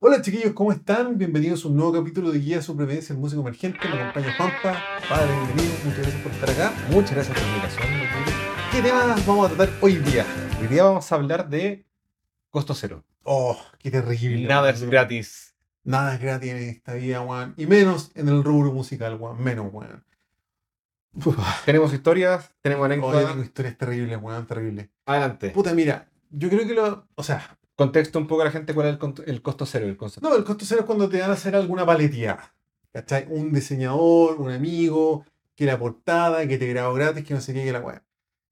Hola chiquillos, ¿cómo están? Bienvenidos a un nuevo capítulo de Guía de Supervivencia del Músico Emergente. Me acompaña Juanpa. Padre, bienvenido. Muchas gracias por estar acá. Muchas gracias por la invitación. Rodrigo. ¿Qué temas vamos a tratar hoy día? Hoy día vamos a hablar de costo cero. Oh, qué terrible. Nada es gratis. Nada es gratis en esta vida, weón. Y menos en el rubro musical, weón. Menos, weón. Uf, Tenemos historias, tenemos Oye, tengo anécdotas. historias terribles, weón, terribles. Adelante. Puta, mira, yo creo que lo. O sea, Contexto un poco a la gente cuál es el, cont- el costo cero, el concepto. no, el costo cero es cuando te van a hacer alguna paleteada. ¿Cachai? Un diseñador, un amigo, que la portada, que te grabó gratis, que no sé qué, que la weón.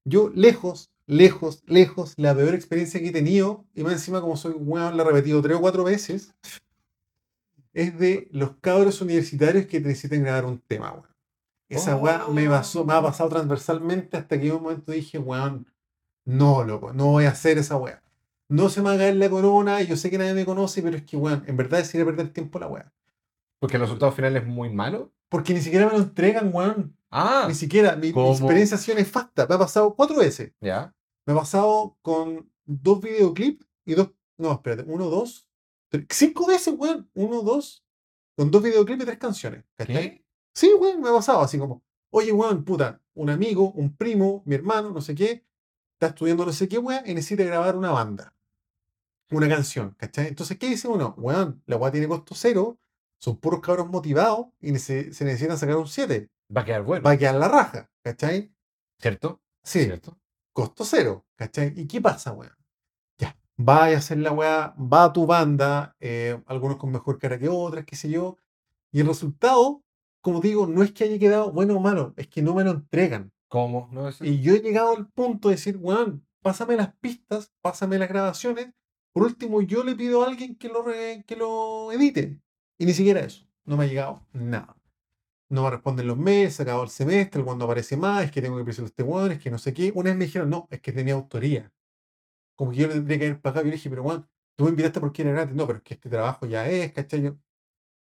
Yo, lejos, lejos, lejos, la peor experiencia que he tenido, y más encima, como soy un weón, la he repetido tres o cuatro veces, es de los cabros universitarios que te necesitan grabar un tema, weón. Esa weá Oh. me, pasó- me ha pasado transversalmente hasta que en un momento dije, weón, no, loco, no voy a hacer esa weá. No se me va a caer la corona, y yo sé que nadie me conoce, pero es que, weón, en verdad es ir a perder tiempo la weá. Porque el resultado final es muy malo. Porque ni siquiera me lo entregan, weón. Ah, Ni siquiera. Mi, mi ¿cómo? experiencia ha sido nefasta. Me ha pasado cuatro veces. ya. Me ha pasado con dos videoclips y dos. No, espérate, uno, dos. tres- cinco veces, weón. Uno, dos. Con dos videoclips y tres canciones. ¿Cachai? ¿Qué? Sí, weón, me ha pasado así como. Oye, weón, puta, un amigo, un primo, mi hermano, no sé qué, está estudiando no sé qué, weón, y necesita grabar una banda. Una canción, ¿cachai? Entonces, ¿qué dice uno? Weón, la weá tiene costo cero, son puros cabros motivados y nece- se necesitan sacar un 7. Va a quedar bueno. Va a quedar la raja, ¿cachai? ¿Cierto? Sí ¿Cierto? costo cero, ¿cachai? ¿Y qué pasa, weón? Ya, va a hacer la weá, va a tu banda, eh, algunos con mejor cara que otras, qué sé yo, y el resultado, como digo, no es que haya quedado bueno o malo, es que no me lo entregan. ¿Cómo? No es... Y yo he llegado al punto de decir, weón, pásame las pistas, pásame las grabaciones, por último yo le pido a alguien que lo, re- que lo edite. Y ni siquiera eso, no me ha llegado nada. No me responden los meses, se acabó el semestre, cuando aparece más, es que tengo que presionar este weón, es que no sé qué. Una vez me dijeron, no, es que tenía autoría. Como que yo le tendría que haber pagado. Yo le dije, pero weón, tú me invitaste porque era gratis. No, pero es que este trabajo ya es, ¿cachai? Yo,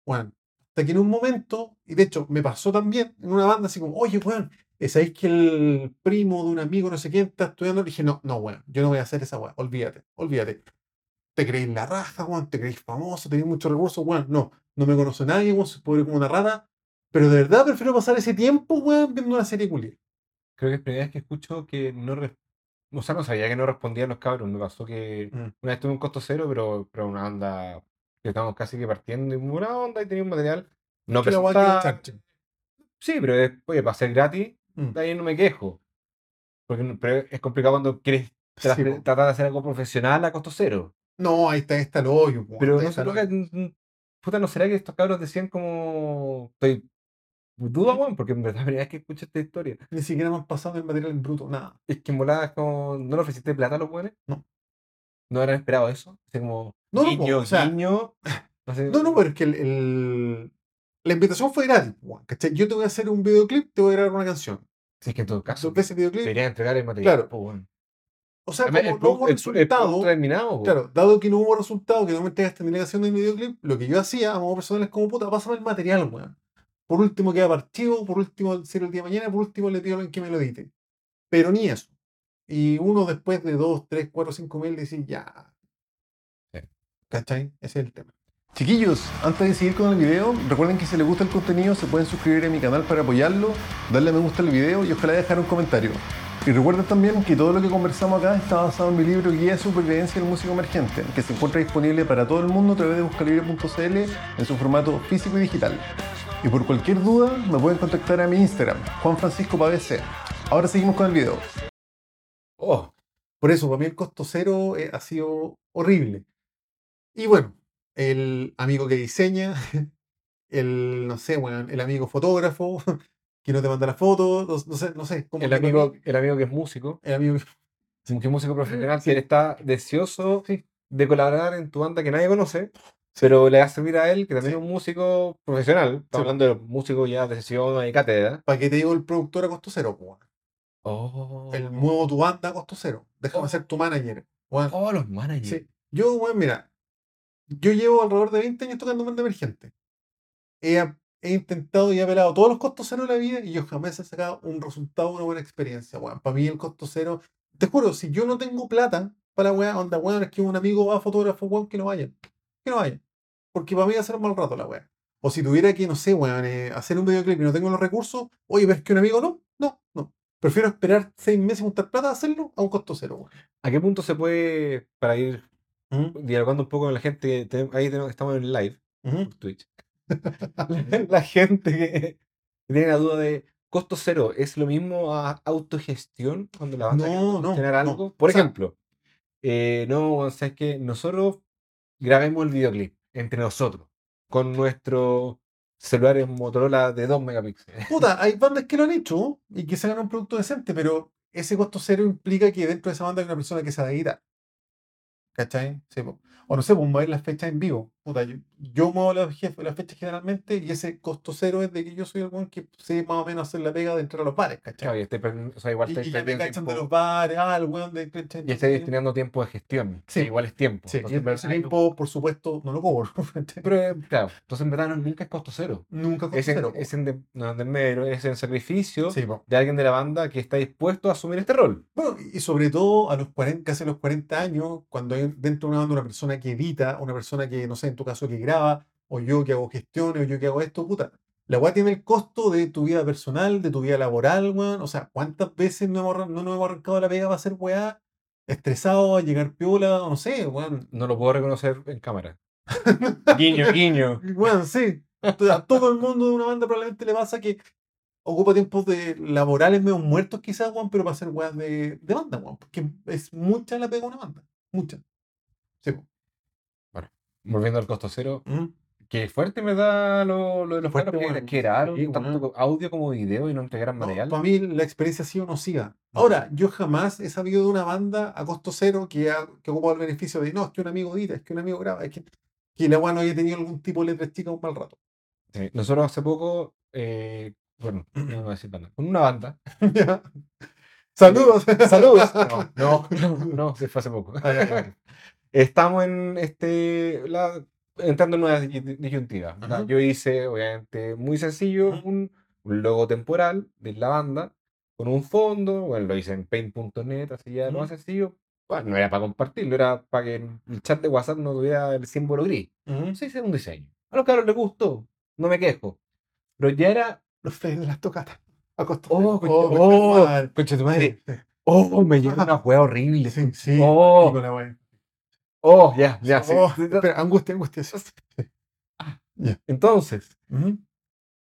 weón, hasta que en un momento, y de hecho me pasó también en una banda así como, oye, weón, eh, ¿sabéis que el primo de un amigo, no sé quién, está estudiando? Le dije, no, no, weón, yo no voy a hacer esa weón, olvídate, olvídate. Te creéis la raja, weón, te creéis famoso, tenéis muchos recursos, weón, no, no me conoce nadie, weón, soy pobre como una rata. Pero de verdad prefiero pasar ese tiempo, weón, viendo una serie culia. Creo que es la primera vez que escucho que no... res- O sea, no sabía que no respondían los cabros. Me pasó que Mm. una vez tuve un costo cero, pero, pero una onda que estábamos casi que partiendo y muy buena onda y tenía un material no Que la weá queda presentado. chancho. Sí, pero es, oye, para ser gratis, Mm. de ahí no me quejo. Porque no- pero es complicado cuando quieres tra- Sí, po. tratar de hacer algo profesional a costo cero. No, ahí está, ahí está el hoyo, weón, Pero ahí no está sé, el loca, hoyo. n- n- mm, puta, ¿no será que estos cabros decían como... Estoy... Duda, weón, porque en verdad la primera vez que escucho esta historia. Ni siquiera me han pasado el material en bruto, nada. Es que en volada es como... ¿No le ofreciste plata a los weones? No. ¿No habrán esperado eso? Así como... No, no, po, guiño, o sea, guiño, eh, así- No, no, pero es que el- el- la invitación fue gratis, weón, ¿cachai? Yo te voy a hacer un videoclip, te voy a grabar una canción. Si es que en todo caso, Sorpresa videoclip. deberían entregar el material. Claro. po, weón. O sea, Además, como el no hubo producto- el pro- el resultado, producto terminado, pues. po. claro, dado que no hubo resultado, que no me entregaste ni la canción del videoclip, lo que yo hacía a modo personal es como puta, pásame el material, weón. Por último queda para archivo, por último será el día de mañana, por último le pido a alguien que me lo edite. Pero ni eso. Y uno después de dos, tres, cuatro, cinco mil decir ya. Sí. ¿Cachai? Ese es el tema. Chiquillos, antes de seguir con el video, recuerden que si les gusta el contenido se pueden suscribir a mi canal para apoyarlo, darle a me gusta al video y ojalá dejar un comentario. Y recuerden también que todo lo que conversamos acá está basado en mi libro Guía de Supervivencia del Músico Emergente, que se encuentra disponible para todo el mundo a través de buscalibre.cl en su formato físico y digital. Y por cualquier duda me pueden contactar a mi Instagram, juanfranciscopavc. Ahora seguimos con el video. Oh, Por eso, para mí el costo cero eh, ha sido horrible. Y bueno, el amigo que diseña, el, no sé, weón, el amigo fotógrafo, que no te manda las fotos, no, no sé, no sé. como el que para amigo, mí, el amigo que es músico. el amigo que- como que músico profesional Sí. que él está deseoso Sí. de colaborar en tu banda que nadie conoce, pero le va a servir a él, que también Sí. es un músico profesional. Estamos Sí. hablando de músicos ya de sesión y cátedra. ¿Para qué te digo el productor a costo cero, po, weón? Oh, El muevo tu banda a costo cero. Déjame Oh. ser tu manager. weón. oh, los managers. Sí. Yo, weón, mira, yo llevo alrededor de 20 años tocando en banda emergente. He, ap- he intentado y he apelado todos los costos cero de la vida y yo jamás he sacado un resultado, una buena experiencia, weón. Para mí el costo cero, te juro, si yo no tengo plata para la weá, onda, weón, es que un amigo va a fotógrafo, weón, que no vaya. Que no vaya. porque para mí va a ser un mal rato la weá. O si tuviera que, no sé, weón, eh, hacer un videoclip y no tengo los recursos, oye, pero es que un amigo no, no, no. Prefiero esperar seis meses y juntar plata a hacerlo a un costo cero, weón. ¿A qué punto se puede, para ir Ujú, dialogando un poco con la gente, te- ahí tenemos- estamos en live, ujú. por Twitch, la, la gente que tiene la duda de costo cero, ¿es lo mismo a autogestión cuando la banda quiere No, no, autogestionar no. algo? Por O sea- ejemplo, eh, no, o sea, es que nosotros grabemos el videoclip entre nosotros, con nuestros celulares Motorola de 2 megapíxeles. Puta, hay bandas que lo han hecho y que sacan un producto decente, pero ese costo cero implica que dentro de esa banda hay una persona que sabe editar. ¿Cachai? Sí, po. O no sé, pues mover las fechas en vivo. Puta, yo, yo muevo las, jef- las fechas generalmente y ese costo cero es de que yo soy el weón que sé más o menos hacer la pega de entrar a los bares, ¿cachai? Claro, y estáis perdiendo- o sea, igual Y, estáis y ya me perdiendo cachan de tiempo. los bares, ah, el weón de ¿cachai? Y Entonces, estáis destinando tiempo de gestión. Sí. que Igual es tiempo. Sí, y Entonces, en el verdad, tiempo, por supuesto, no lo cobro. ¿cachai? Pero, eh, claro, entonces en verdad no- nunca es costo cero. Nunca costo Es en, cero. po. es en de- no es de mero, es en sacrificio Sí, po. de alguien de la banda que está dispuesto a asumir este rol. Bueno, y sobre todo a los 40, casi a los 40 años, cuando hay dentro de una banda una persona que edita, una persona que, no sé, en tu caso que graba, o yo que hago gestiones, o yo que hago esto, puta. La weá tiene el costo de tu vida personal, de tu vida laboral, weón. O sea, ¿cuántas veces no, hemos, arran- no nos hemos arrancado la pega para hacer weá? Estresado, a llegar piola, o no sé, weón. No lo puedo reconocer en cámara. guiño, guiño. Weón, sí. Entonces, A todo el mundo de una banda probablemente le pasa que ocupa tiempos de laborales medio muertos quizás, weón, pero para hacer weas de, de banda, weón. Porque es mucha la pega de una banda. Mucha. Sí, po. Volviendo al costo cero, Mm. que fuerte me da lo, lo de los Fuerte, cuadros, porque weón. crearon Sí, tanto weón. audio como video y no entregaran No, material. para mí la experiencia ha sido nociva. No. Ahora, yo jamás he sabido de una banda a costo cero que, ha, que ocupa el beneficio de no, es que un amigo edita, es que un amigo graba, es que, que la wea no haya tenido algún tipo de letra chica un mal rato. Sí, Nosotros hace poco, eh, bueno, no voy a decir nada, con una banda. Ya. Saludos. Saludos. No, no, no, no, se fue hace poco. Ah, ya, ya. Estamos en este la, entrando en una di- disyuntiva. ¿verdad? Ajá. Yo hice, obviamente, muy sencillo, Ajá. un, un logo temporal de la banda con un fondo. Bueno, lo hice en paint.net, así ya lo más sencillo. Bueno, no era para compartirlo, era para que el chat de WhatsApp no tuviera el símbolo gris. Mm. Entonces hice un diseño. A los cabros les gustó, no me quejo. Pero ya era. Los fans de las tocatas. A costo Oh, cero. conche- conche tu oh, madre. conche tu madre. Sí, sí. Oh, me llegó una hueá horrible. Sí, sí, Oh. con la wea. Oh, ya, ya. sí. Oh, espera, angustia, angustia. sí. Entonces, Ujú,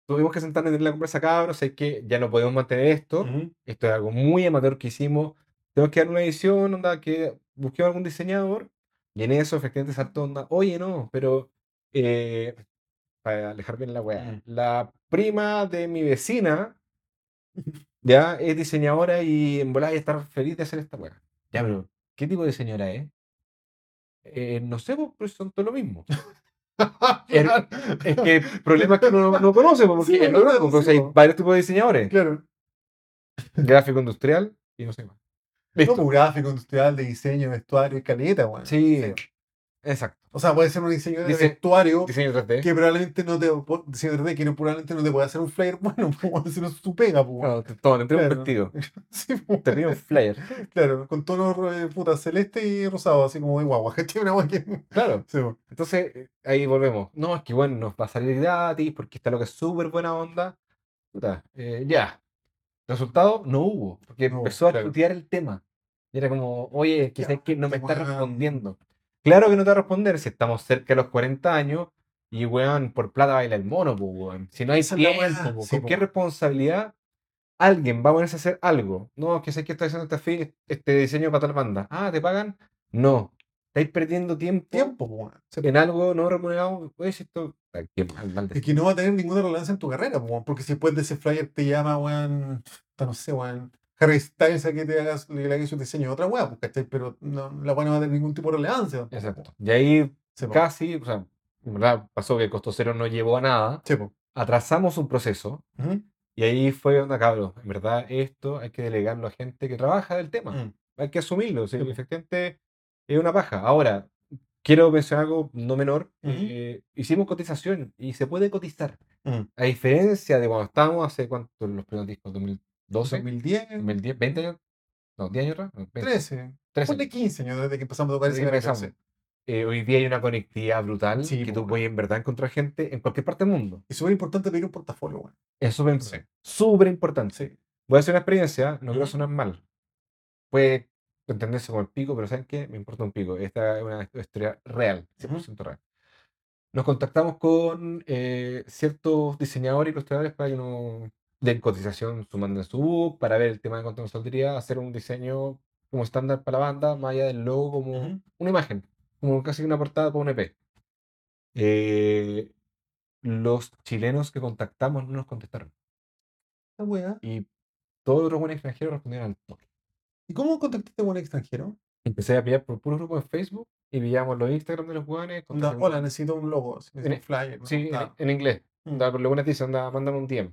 tuvimos que sentarnos en la conversa, cabros, es que ya no podemos mantener esto. ujú. Esto es algo muy amateur que hicimos. Tenemos que dar una edición, onda, que busqué algún diseñador. Y en eso, efectivamente, saltó onda. Oye, no, pero eh, para alejar bien la weá. Mm. La prima de mi vecina ya es diseñadora y en volada está feliz de hacer esta weá. Ya, pero, ¿qué tipo de diseñadora es? "Eh, no sé, pues, pero son todo lo mismo. Er, El- Es que el problema es que uno no, no conoce, pues, porque Sí, es no lo conoce, loco, porque sí, hay po. varios tipos de diseñadores. Claro. Gráfico industrial y no sé más. Listo. No, pues, gráfico, industrial, de diseño, vestuario y caleta, weón. sí, exacto. O sea, puede ser un diseño de Dice- vestuario Diseño 3D. que probablemente no te diseño 3D, que no, probablemente no te puede hacer un flyer bueno, weón, si no es tu pega, pues. weón. Claro, te, toma, te entrega Claro. un vestido. Sí, pues, Te pide un flyer. claro, con tonos eh, puta celeste y rosado, así como de guagua, ¿cachai? Una weá que. Claro. Sí, pues. Entonces, eh, ahí volvemos. No, es que bueno, nos va a salir gratis porque está lo que es súper buena onda. Puta, eh, ya. Resultado no hubo, porque No, empezó a claro. estudiar el tema. Y era como, oye, Ya, ah, mm. quizás es que no me qué está weón. respondiendo. Claro que no te va a responder si estamos cerca de los 40 años y, weón, por plata baila el mono, pues, weón. Si no hay Esa es la weá, tiempo, po, sí, ¿con po. qué responsabilidad alguien va a ponerse a hacer algo? No, que sé que está haciendo este, fi- este diseño para tal banda. Ah, ¿te pagan? No. Estáis perdiendo tiempo, Tiempo, pues, weón. Sí, pues. en algo no remunerado. Pues esto. Ay, qué mal, mal Es decir. que no va a tener ninguna relevancia en tu carrera, po, weón, porque si después de ese flyer te llama, weón, puta, no sé, weón, Harry Styles a que te hagas, le hagas un diseño de otra weá, pues, ¿cachai? Pero no, la weá no va a tener ningún tipo de relevancia. tampoco, po. Exacto. Y ahí Sí, po. casi, o sea, en verdad pasó que el costo cero no llevó a nada. Sí, po. Atrasamos un proceso Ujú. y ahí fue onda cabros. En verdad, esto hay que delegarlo a gente que trabaja del tema. Mm. Hay que asumirlo. si Sí, po. efectivamente es una paja. Ahora, quiero mencionar algo no menor. Ujú. eh, hicimos cotización y se puede cotizar. Mm. A diferencia de cuando estábamos hace cuánto los primeros discos, 2012, 2010, 2010, 20 años, no, 10 años atrás, no, 20, 13, 13 ponle 15 años desde que empezamos a tocar Desde ese que verano, empezamos. sí. eh, hoy día hay una conectividad brutal Sí, que po, tú weón. puedes en verdad encontrar gente en cualquier parte del mundo. Es súper importante pedir un portafolio, weón. Eso pensé. Súper importante. Sí. Voy a hacer una experiencia, no quiero Ujú. sonar mal. Puede entenderse como el pico, pero ¿saben qué? Me importa un pico. Esta es una historia real, 100% real. Nos contactamos con eh, ciertos diseñadores y ilustradores para que nos den cotización sumando en su book, para ver el tema de cuánto nos saldría, hacer un diseño como estándar para la banda, más allá del logo, como Ujú. una imagen, como casi una portada para un EP. Eh, los chilenos que contactamos no nos contestaron. La weá. Y todos los buenos extranjeros respondieron al toque. ¿Y cómo contactaste a un extranjero? Empecé a pillar por puros grupos en Facebook y pillamos los Instagram de los guanes. Onda, hola, necesito un logo, así, necesito En- un flyer. ¿no? Sí, en- Claro. en, inglés. Mm. Onda, los buenos dicen, anda, mándame un DM.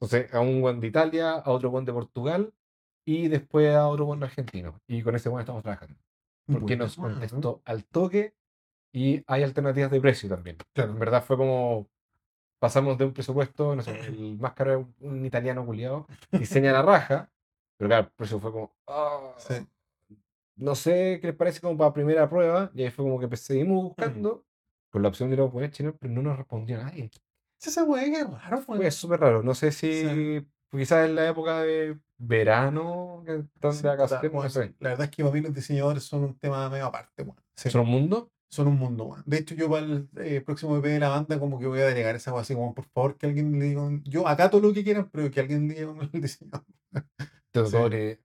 Entonces, a un guan de Italia, a otro guan de Portugal y después a otro guan argentino. Y con ese guan estamos trabajando. Porque Buena nos weá, ¿no? contestó al toque y hay alternativas de precio también. Claro. En verdad fue como pasamos de un presupuesto, no sé, el más caro era un, un italiano culiado, diseña la raja, pero claro, el precio fue como, "Ah, Sí. no sé qué les parece como para primera prueba, y ahí fue como que pues, seguimos Mm. buscando con la opción de los poner chinos, pero no nos respondió nadie. Sí, Esa weá que raro, Fue weón. súper raro, no sé si Sí. quizás en la época de verano, que están Sí, puta, de vacaciones, no weón, sé, La verdad es que para mí los diseñadores son un tema medio aparte, weón. Sí, son un mundo. Son un mundo, weón. De hecho, yo para el eh, próximo EP de la banda, como que voy a delegar esa weá así, como por favor que alguien le diga. un- Yo todo lo que quieran, pero que alguien le diga un diseñador. Te Sí. tocó que-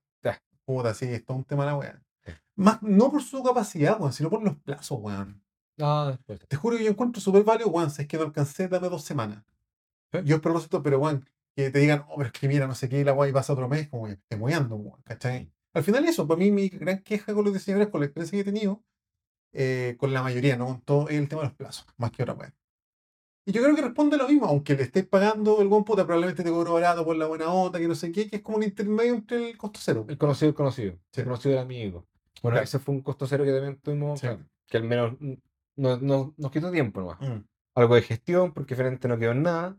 Puta, sí, es todo un tema la weá. Más, no por su capacidad, weón, sino por los plazos, weón. Ah, pues, Te juro que yo encuentro súper válido, weón, si es que no alcancé, dame dos semanas. Sí. Yo espero esto, pero weón, que te digan, oh, pero es que mira, no sé qué, y la weá y pasa otro mes, como que te moviendo, weón, ¿cachai? Al final eso, para mí mi gran queja con los diseñadores, con la experiencia que he tenido, eh, con la mayoría, no con todo, es el tema de los plazos, más que otra weá. Y yo creo que responde lo mismo, aunque le estés pagando el buen puta, probablemente te cobro barato por la buena onda, que no sé qué, que es como un intermedio entre el costo cero. El conocido, el conocido. Sí. El conocido del amigo. Bueno, Claro. ese fue un costo cero que también tuvimos, Sí. claro, que al menos mm, no, no- nos quitó tiempo nomás. Mm, Algo de gestión, porque frente no quedó en nada.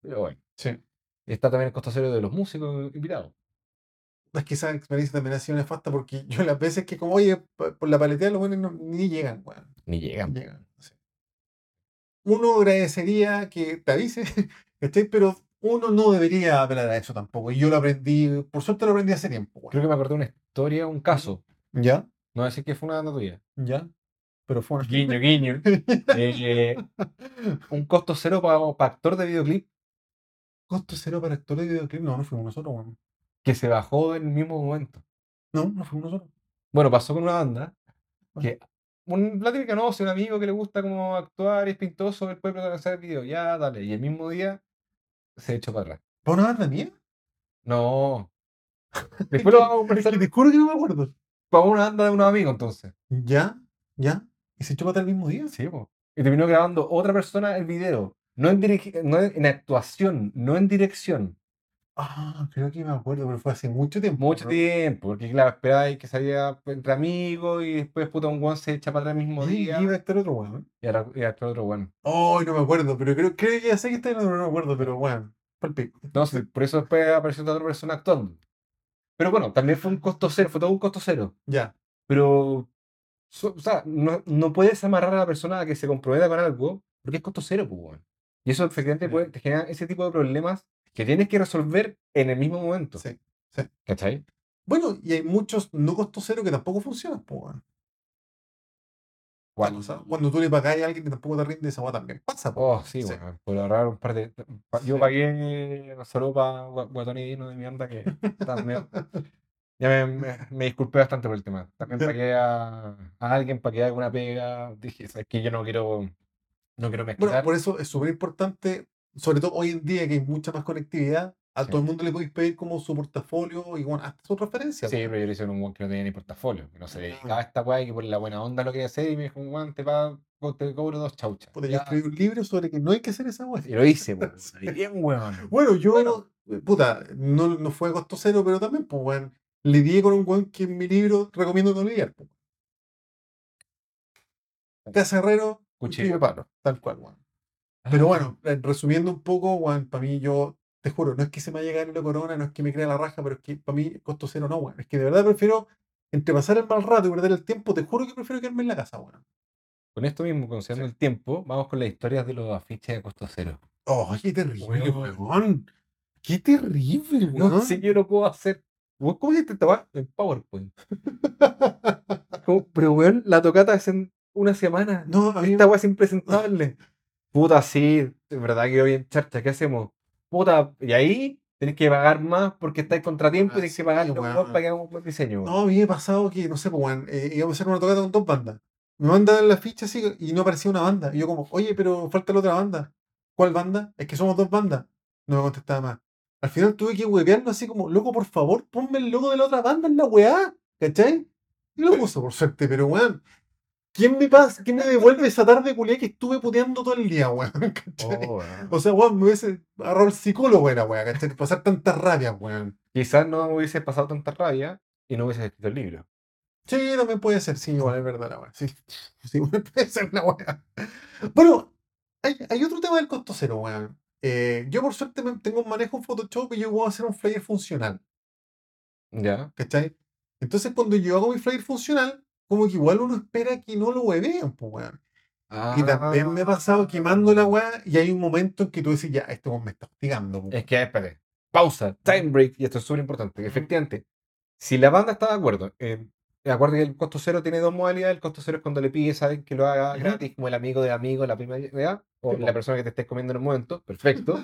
Pero bueno, sí. está también el costo cero de los músicos invitados. Es que esa experiencia también ha sido nefasta porque yo las veces que como, oye, pa- por la paletea los buenos no- ni llegan, weón. Ni llegan. llegan, sí. Uno agradecería que te avise, ¿cachai? pero uno no debería apelar a eso tampoco. Y yo lo aprendí, por suerte lo aprendí hace tiempo, weón. Creo que me acordé de una historia, un caso. ¿Ya? No voy a decir que fue una banda tuya. ¿Ya? Pero fue una- Guiño, guiño. Eh, un costo cero para actor de videoclip Costo cero para actores de videoclip. No, no fuimos nosotros, weón. que se bajó en el mismo momento. No, no fuimos nosotros. Bueno, pasó con una banda Bueno. que un la típica, no, si un amigo que le gusta como actuar y es pintoso, él puede protagonizar el video, ya, dale. Y el mismo día se echó para atrás. ¿Para una banda mía? No. Después lo vamos a Es que conversar te juro que no me acuerdo. para una banda de unos amigos entonces. ¿Ya? ¿Ya? ¿Y se echó para atrás el mismo día? Sí, po. Y terminó grabando otra persona el video. No en, dirigi- no en en actuación, no en dirección. Ah, creo que me acuerdo, pero fue hace mucho tiempo. Mucho ¿no? tiempo, porque claro, esperáis que salía entre amigos y después puta un guan se echa para atrás el mismo Y- día. y iba a estar otro weón. Y ahora y ahora otro guan. Oh, no me acuerdo, pero creo, creo que ya sé que está en otro, no me acuerdo, pero weón. Pa'l pico. No, sí, por eso después apareció otra persona actuando. Pero bueno, también fue un costo cero, fue todo un costo cero. Ya. Pero, so- o sea, no, no puedes amarrar a la persona a que se comprometa con algo porque es costo cero, pues, weón. Y eso efectivamente Sí. puede, te genera ese tipo de problemas que tienes que resolver en el mismo momento. Sí. ¿Cachai? Bueno, y hay muchos no costo cero que tampoco funcionan, pues weón. Cuando- O sea, Cuando tú le pagás a alguien que tampoco te rinde esa weá también. Pasa, po. Oh, sí, Sí. weón. Por ahorrar un par de. pa- Yo Sí. pagué la solo para Guatón y Dino de mierda que. están medio- Ya me, me, me disculpé bastante por el tema. También Ya. pagué a, a alguien para que haga una pega. Dije, es que yo no quiero. No quiero Bueno, mezclar. por eso es súper importante, sobre todo hoy en día que hay mucha más conectividad, a Sí. todo el mundo le podéis pedir como su portafolio y bueno, hasta su referencia. Sí, po. pero yo le hice un weón que no tenía ni portafolio, que no se Ah. dedicaba a esta weá y que por la buena onda lo quería hacer y me dijo, weón, te, pago- te cobro dos chauchas. Puta, yo Ya. escribí un libro sobre que no hay que hacer esa weá. Y lo hice, weón. Sí. Bien, weón. Bueno, yo, Bueno. eh, puta, no, no fue a costo cero, pero también, pues, weón, lidié con un weón que en mi libro recomiendo no lidiar, pues. Casa Herrero, Cuchillo. cuchillo de palo, tal cual, weón. Pero bueno, eh, resumiendo un poco, weón, para mí yo, te juro, no es que se me haya caído la corona, no es que me crea la raja, pero es que para mí costo cero no, weón. Es que de verdad prefiero, entre pasar el mal rato y perder el tiempo, te juro que prefiero quedarme en la casa, weón. con esto mismo, considerando el tiempo, vamos con las historias de los afiches de costo cero. ¡Oh, qué terrible, Weón. weón! ¡Qué terrible, No, weón! si yo lo puedo hacer. ¿Vos cómo hiciste esta weá? En PowerPoint. Como, pero weón, la tocata es en una semana. No, a mí- Esta weá es impresentable. Puta, sí, de verdad quedó bien charcha. ¿Qué hacemos? Puta, y ahí tenés que pagar más porque estáis contratiempo y Ah, tenés que sí, pagar los weón. weón para que hagamos un buen diseño. No, a mí me ha pasado que, no sé, pues, weón, eh, íbamos a hacer una tocata con dos bandas. Me mandan la ficha así y no aparecía una banda. Y yo como, oye, pero falta la otra banda. ¿Cuál banda? Es que somos dos bandas. No me contestaba más. Al final tuve que huevearlo así como, loco, por favor, ponme el logo de la otra banda en la weá. ¿Cachai? Y lo puso, por suerte, pero weón. ¿Quién me pasa? ¿Quién me devuelve esa tarde culiá que estuve puteando todo el día, weón? ¿Cachai? Oh, weón. O sea, weón, me hubiese agarrado el psicólogo era, weón, ¿cachai? Por Pasar tantas rabias, weón. Quizás no hubiese pasado tanta rabia y no hubiese escrito el libro. Sí, también puede ser, sí, igual es verdad la weá. Sí, sí, igual puede ser la weá. Bueno, hay, hay otro tema del costo cero, weón. Eh, yo por suerte me- tengo un manejo en Photoshop y yo puedo hacer un flyer funcional, Ya. ¿cachai? Entonces cuando yo hago mi flyer funcional, como que igual uno espera que no lo huevean, pues weón. Y también me he pasado quemando la weá y hay un momento en que tú decís, ya, este weón me está hostigando. po. Es que, espérate, pausa, time break, y esto es súper importante. Efectivamente, si la banda está de acuerdo, eh, acuerdo que el costo cero tiene dos modalidades. El costo cero es cuando le pides a alguien que lo haga Ujú. gratis, como el amigo del amigo, la prima de edad, o Sí, po. la persona que te estés comiendo en el momento, perfecto.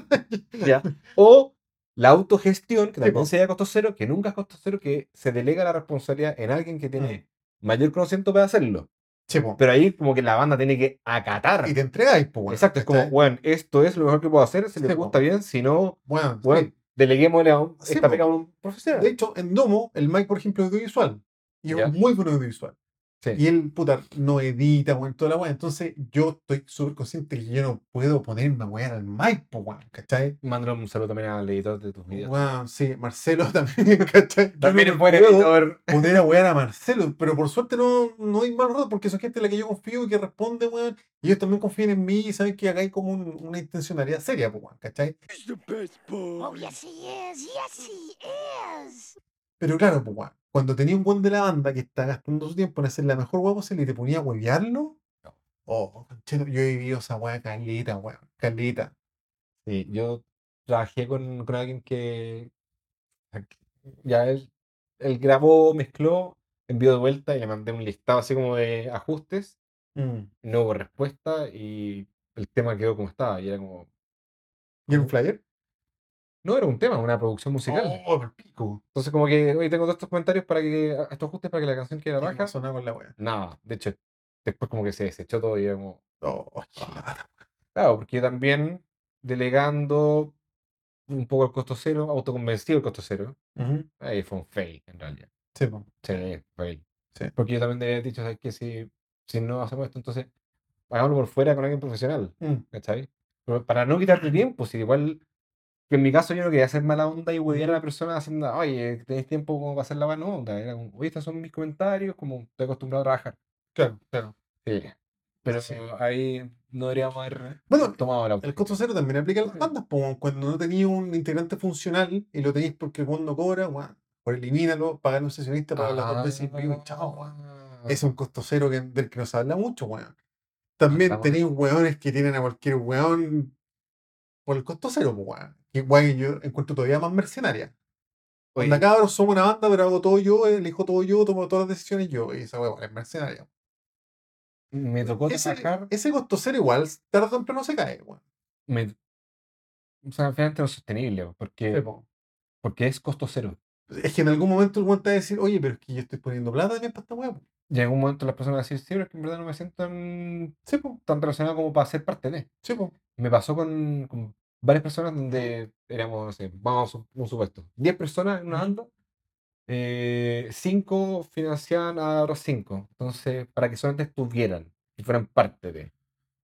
ya. O la autogestión, po. que también sería costo cero, que nunca es costo cero, que se delega la responsabilidad en alguien que tiene mayor conocimiento para hacerlo. Sí, po. Pero ahí, como que la banda tiene que acatar. Y te entregáis, pues weón. Exacto, es como, ¿cachai? bueno, esto es lo mejor que puedo hacer, si Sí, les po. gusta bien, si no, Weón, bueno, sí. deleguémosle a un, Sí, esta po. pega a un profesional. De hecho, en Domo, el Mike, por ejemplo, es audiovisual. Y es Ya. muy bueno audiovisual. Sí. Y él, puta, no edita, weón, toda la weá. Entonces, yo estoy súper consciente que yo no puedo poner una weá al Mike, po, weón, ¿cachai? Mándale un saludo también al editor de tus videos. Weón, sí, Marcelo también, ¿cachai? Yo también no es buen puedo editor. Poner a weá a Marcelo, pero por suerte no, no hay mal rato, porque son gente en la que yo confío y que responde, weón. Y ellos también confían en mí y saben que acá hay como un- una intencionalidad seria, po, weón, ¿cachai? Oh, yes, he is. Yes, he is. Pero claro, pues, weón, cuando tenía un buen de la banda que está gastando su tiempo en hacer la mejor weá posible y te ponía a huevearlo. Oh, conchero, yo he vivido esa weá caleta, weón. Caleta. Sí, yo trabajé con, con alguien que ya él, él grabó, mezcló, envió de vuelta y le mandé un listado así como de ajustes. Mm. No hubo respuesta y el tema quedó como estaba. Y era como, ¿Y era un flyer? no era un tema, era una producción musical. Oh, por pico. Entonces como que, hoy tengo todos estos comentarios para que, estos ajustes para que la canción quede ¿Qué baja. sonaba con la weá? Nada, de hecho, después como que se desechó todo y era como, Oh, ah, claro, porque yo también delegando un poco el costo cero, autoconvencido el costo cero, ujú. ahí fue un fail en realidad. Sí, po. Sí, fail. Sí. Porque yo también había dicho, ¿sabes qué? Si, si no hacemos esto, entonces hagámoslo por fuera con alguien profesional, Mm. ¿cachai? Pero para no quitarte tiempo, si igual, que en mi caso yo no quería hacer mala onda y huevear a la persona haciendo, oye, ¿tenés tiempo como para hacer la mala onda? Era como, oye, estos son mis comentarios, como estoy acostumbrado a trabajar. Claro, claro. Sí. Pero Sí. ahí no deberíamos haber Bueno, tomado la El costo cero también aplica a las bandas, po, weón. Cuando no tenías un integrante funcional y lo tenéis porque cuando cobra, weón. Por elimínalo, pagar a un sesionista, pagar las dos veces y Ah. pico, chao, weón. Es un costo cero que, del que no se habla mucho, weón. También estamos- tenéis weones que tienen a cualquier weón por el costo cero, pues, weón. Que weón que yo encuentro todavía más mercenaria. Oye, Onda cabros, somos una banda, pero hago todo yo, elijo todo yo, tomo todas las decisiones yo. Y esa weón es mercenaria. me tocó Ese, trabajar. ese costo cero igual, tarde o temprano se cae, weón. me- o sea, finalmente no es sostenible, porque, porque es costo cero. Es que en algún momento el weón te va a decir, oye, pero es que yo estoy poniendo plata también para esta weón. Llega un momento las personas van a decir, sí, pero es que en verdad no me siento tan, tan relacionado como para ser parte de. Sí, po. Me pasó con, con varias personas donde éramos, no sé, vamos a su- un supuesto, 10 personas en una Ujú. banda, 5 financiaban a otros 5. Entonces, para que solamente estuvieran y fueran parte de.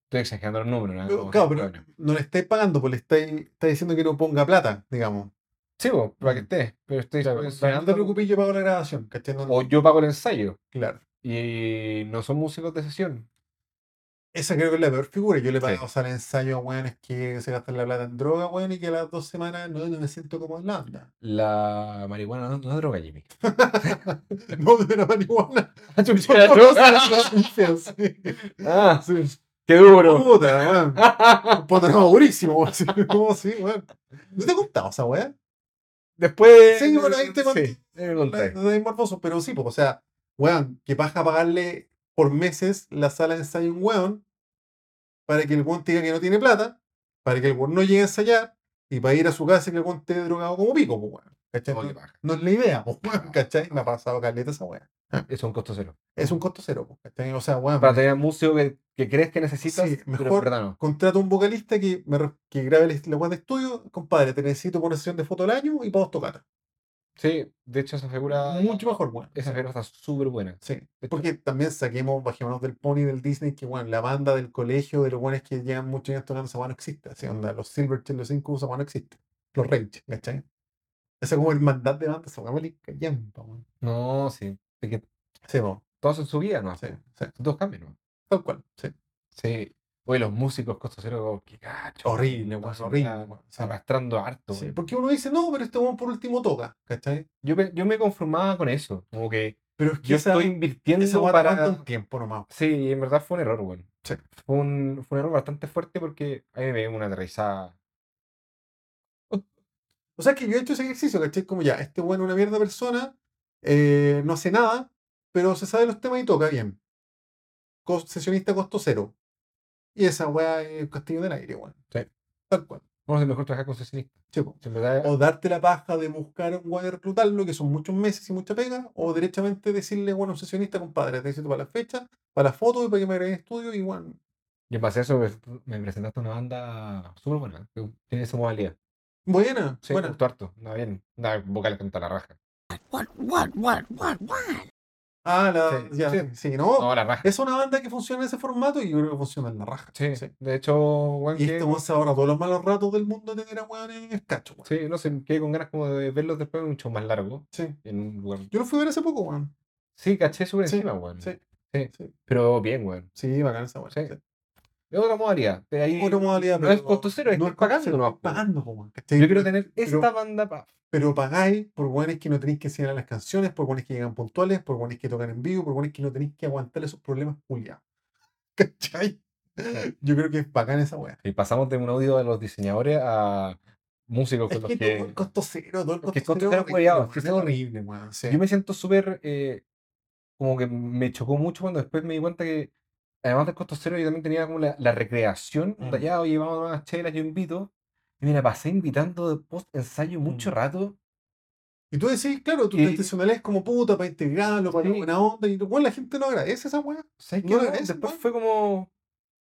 Estoy exagerando los números, ¿no? Pero, Como claro, que, pero bueno. no le estáis pagando, pues le estáis, estáis diciendo que no ponga plata, digamos. Sí, bo, para que Mm. estés, pero estoy no te mencionando- preocupes, yo pago la grabación, ¿cachai? No- O yo pago el ensayo claro. y no son músicos de sesión. Esa creo que es la peor figura. Yo le he Sí. pagado al ensayo a weones que se gastan la plata en droga, weón, y que a las dos semanas no, no me siento como en la onda. La marihuana no, no es droga, Jimmy. no de la marihuana. Confianza. ah, Sí. qué duro. Puta, weón. Un pantalón durísimo, weón. Sí, no, sí, weón. ¿No te he contado esa weá? Después. Sí, bueno, ahí te conté. Sí, ahí me La- conté. la de Morboso, pero sí, pues, o sea, weón, que pasa a pagarle por meses la sala de ensayo a un weón para que el weón te diga que no tiene plata, para que el weón no llegue a ensayar y para ir a su casa y que el weón esté drogado como pico, pues, weón. ¿Cachai? Oh, qué No, paja. no es la idea, pues, weón, ¿cachai? Me ha pasado caleta esa weá. Es un costo cero. Es un costo cero, pues, ¿cachai? O sea, weón, Para tener un músico que, que crees que necesitas, Sí, pero en mejor- verdad no. contrato a un vocalista que, me, re- que grabe la- la weá de estudio, compadre, te necesito por una sesión de foto al año y para dos tocatas. Sí, de hecho esa figura. Mucho mejor, weón. Esa figura está súper buena. Sí, Esto- porque también saquemos, bajémonos del pony del Disney, que bueno, la banda del colegio de los buenos que llevan muchos años tocando esa weá no existe. Así onda, los Silverchair, los Incubus, esa weá no existe. Los Rage, ¿cachai? Esa es como hermandad de bandas, esa weá vale callampa, weón. No, sí. Es que Sí, po, todos en su guía, ¿no? sí, sí, Todos cambian, ¿no? tal cual, sí. Sí. Oye, los músicos costo cero, oh, qué cacho. Horrible, weón, weón, se horrible, está weón, sí. Arrastrando harto. Sí, weón. porque uno dice, no, pero este weón por último toca, ¿cachai? Yo, pe- yo me conformaba con eso. Como que Pero es que yo esa, estoy invirtiendo esa weá te aguanta para. un tiempo nomás. Sí, y en verdad fue un error, weón. Sí. Fue un, fue un error bastante fuerte porque ahí me pegué una aterrizada. O sea, que yo he hecho ese ejercicio, ¿cachai? Como ya, este bueno es una mierda persona, eh, no hace nada, pero se sabe los temas y toca bien. Cos- sesionista costo cero. Y esa weá es castillo del aire, weón. Sí. Tal cual. Vamos a mejor trabajar con sesionista. Sí, po. En verdad, O darte la paja de buscar un weón y reclutarlo, que son muchos meses y mucha pega, o derechamente decirle, bueno, un sesionista, compadre, te necesito para la fecha, para la foto y para que me agregue en estudio, y bueno, yo pasé eso, me, me presentaste a una banda súper buena. que Tiene esa modalidad. buena, Sí, me buena. gustó harto. Nada bien. Nada, vocal canta la raja. What, what, what, what, what? Ah, la, Sí, ya, sí. sí, no. No, la raja. Oh, Es una banda que funciona en ese formato y yo creo que funciona en la raja. Sí, sí. de hecho, weón, Y que- este weón se ahorra todos los malos ratos del mundo de tener a weón en el cacho, weón. Sí, no sé, me quedé con ganas como de verlos después en un show más largo, Sí. en un lugar. Yo lo fui a ver hace poco, weón. Sí, caché súper Sí, encima, weón. Sí, Pero bien, weón. sí, bacán esa weón. Sí. Sí. Es otra modalidad. De ahí, Otra modalidad, no es costo cero, es que es pagando costo cero, nomás, es po. pagando, po, weón. ¿cachai? Yo quiero tener pero- esta banda pa. Pero pagáis por weones que no tenéis que enseñar las canciones, por weones que llegan puntuales, por weones que tocan en vivo, por weones que no tenéis que aguantar esos problemas culiados. ¿Cachai? Yo creo que es bacán esa weá. Y pasamos de un audio de los diseñadores a músicos Es con que los todo que. el costo cero, todo el Porque costo el cero costo cero es horrible, culiao, sí, weón, es sí. horrible, weón. sí. Yo me siento súper. eh, como que me chocó mucho cuando después me di cuenta que, además del costo cero, yo también tenía como la, la recreación. onda, Mm. Ya, oye, vamos a tomar unas chelas, yo invito. Y mira, pasé invitando de post ensayo mucho Mm. rato. Y tú decís, claro, tu Y- tradicional es como puta para integrarlo, para Sí. una buena onda. Y bueno, la gente no agradece esa weá. ¿Sabes No qué? le weón? agradecen, Después weón. fue como.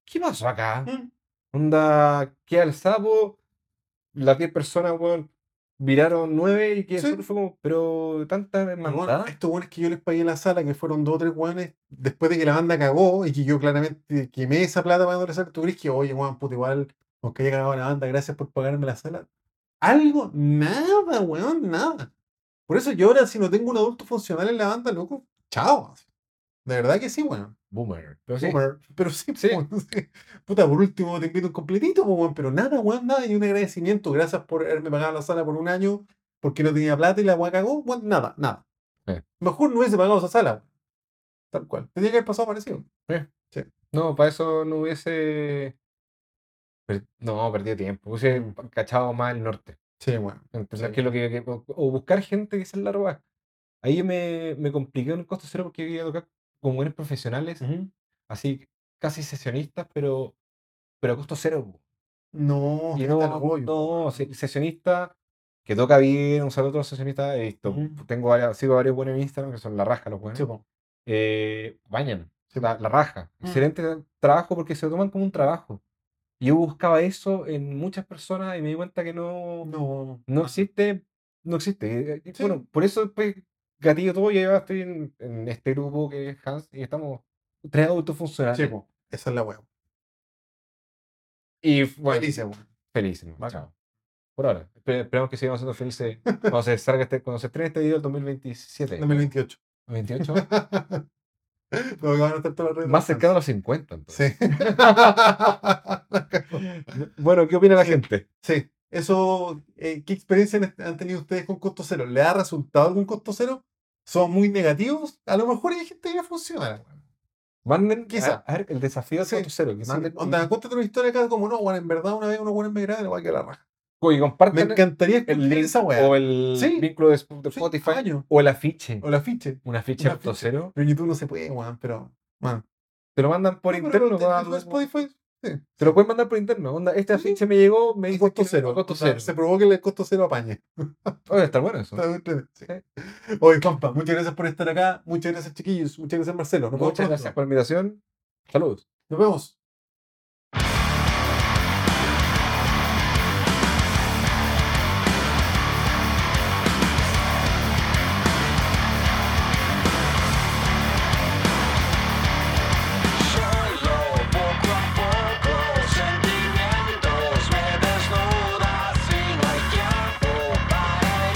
¿Qué pasó acá? Mm. Onda, queda el sapo, las 10 personas, weón, viraron 9 y que Sí. solo fue como, pero tanta Bueno, hermandad. estos buenos que yo les pagué en la sala, que fueron dos o tres weones, después de que la banda cagó y que yo claramente quemé esa plata para adolescente, tú crees que, oye, weón, puta, igual, aunque haya cagado la banda, gracias por pagarme la sala. Algo, nada, weón, nada. Por eso yo ahora, si no tengo un adulto funcional en la banda, loco, chao. De verdad que sí, weón. Boomer. Pero sí, Boomer. Pero sí, Sí. po, sí. Puta, por último te invito un completito, po, weón, pero nada, weón, nada. Y un agradecimiento, gracias por haberme pagado la sala por un año, porque no tenía plata y la weá cagó, weón, nada, nada. Eh. Mejor no hubiese pagado esa sala, weón. Tal cual. Tendría que haber pasado parecido. no, para eso no hubiese. per- No, perdido tiempo. Hubiese Mm. pa- cachado más el norte. Sí, weón. ¿Entendés? Sí. Que es lo que, que- o, o buscar gente que sea la roba. Ahí yo me, me compliqué en el costo cero porque yo quería tocar con buenos profesionales, así casi sesionistas, pero, pero a costo cero. po. No, Y está no, el rollo. no, se- sesionista que toca bien, un saludo a todos los sesionistas, he visto, Ujú. tengo varias, sigo varios buenos en Instagram que son la raja los buenos, Sí, po. eh, bañan, Sí, la, la raja, Mm. excelente trabajo porque se lo toman como un trabajo. Yo buscaba eso en muchas personas y me di cuenta que no, no, No. existe, no existe. Eh, eh, Mm. Sí. Bueno, por eso pues, gatillo todo, yo ya estoy en, en este grupo que es Hans y estamos tres adultos funcionales. Sí, po. Esa es la weón. Y bueno, Felices, weón. felices. ¿no? Bacán. Chao. Por ahora. Espe- esperamos que sigamos siendo felices cuando se, salga este, cuando se estrene este video el 2027. 2028. 28. Lo que van a estar todas las redes Más sociales. cercano a los 50. entonces. Sí. Bueno, ¿qué opina la Sí. gente? Sí, eso, eh, ¿qué experiencia han- han tenido ustedes con costo cero? ¿Le ha resultado algún costo cero? somos muy negativos, a lo mejor hay gente que le funciona. weón. Manden, Quizá. A, a ver, el desafío Sí, es cero. Que Sí, manden un- onda, cuéntate una historia acá como no, bueno, en verdad una vez unos buenos me graban, igual que la raja. Oye, Me compartan encantaría el escuchar link esa weá. o el Sí. vínculo de, Sp- de Sí, Spotify año. o el afiche. O la fiche. Un afiche un punto afiche. cero. Pero en YouTube no se puede, weón, pero. Bueno. Te lo mandan por No, pero interno. en- va- en Spotify. Te lo pueden mandar por interno. Onda, este Sí. afiche me llegó, me Y dijo costo cero. Costo O sea, cero. Se probó que el costo cero apaña. Oye, está bueno eso. Sí. Oye, compa, muchas gracias por estar acá. Muchas gracias, chiquillos. Muchas gracias, Marcelo. Nos vemos Muchas pronto. gracias por la invitación. Saludos. Nos vemos.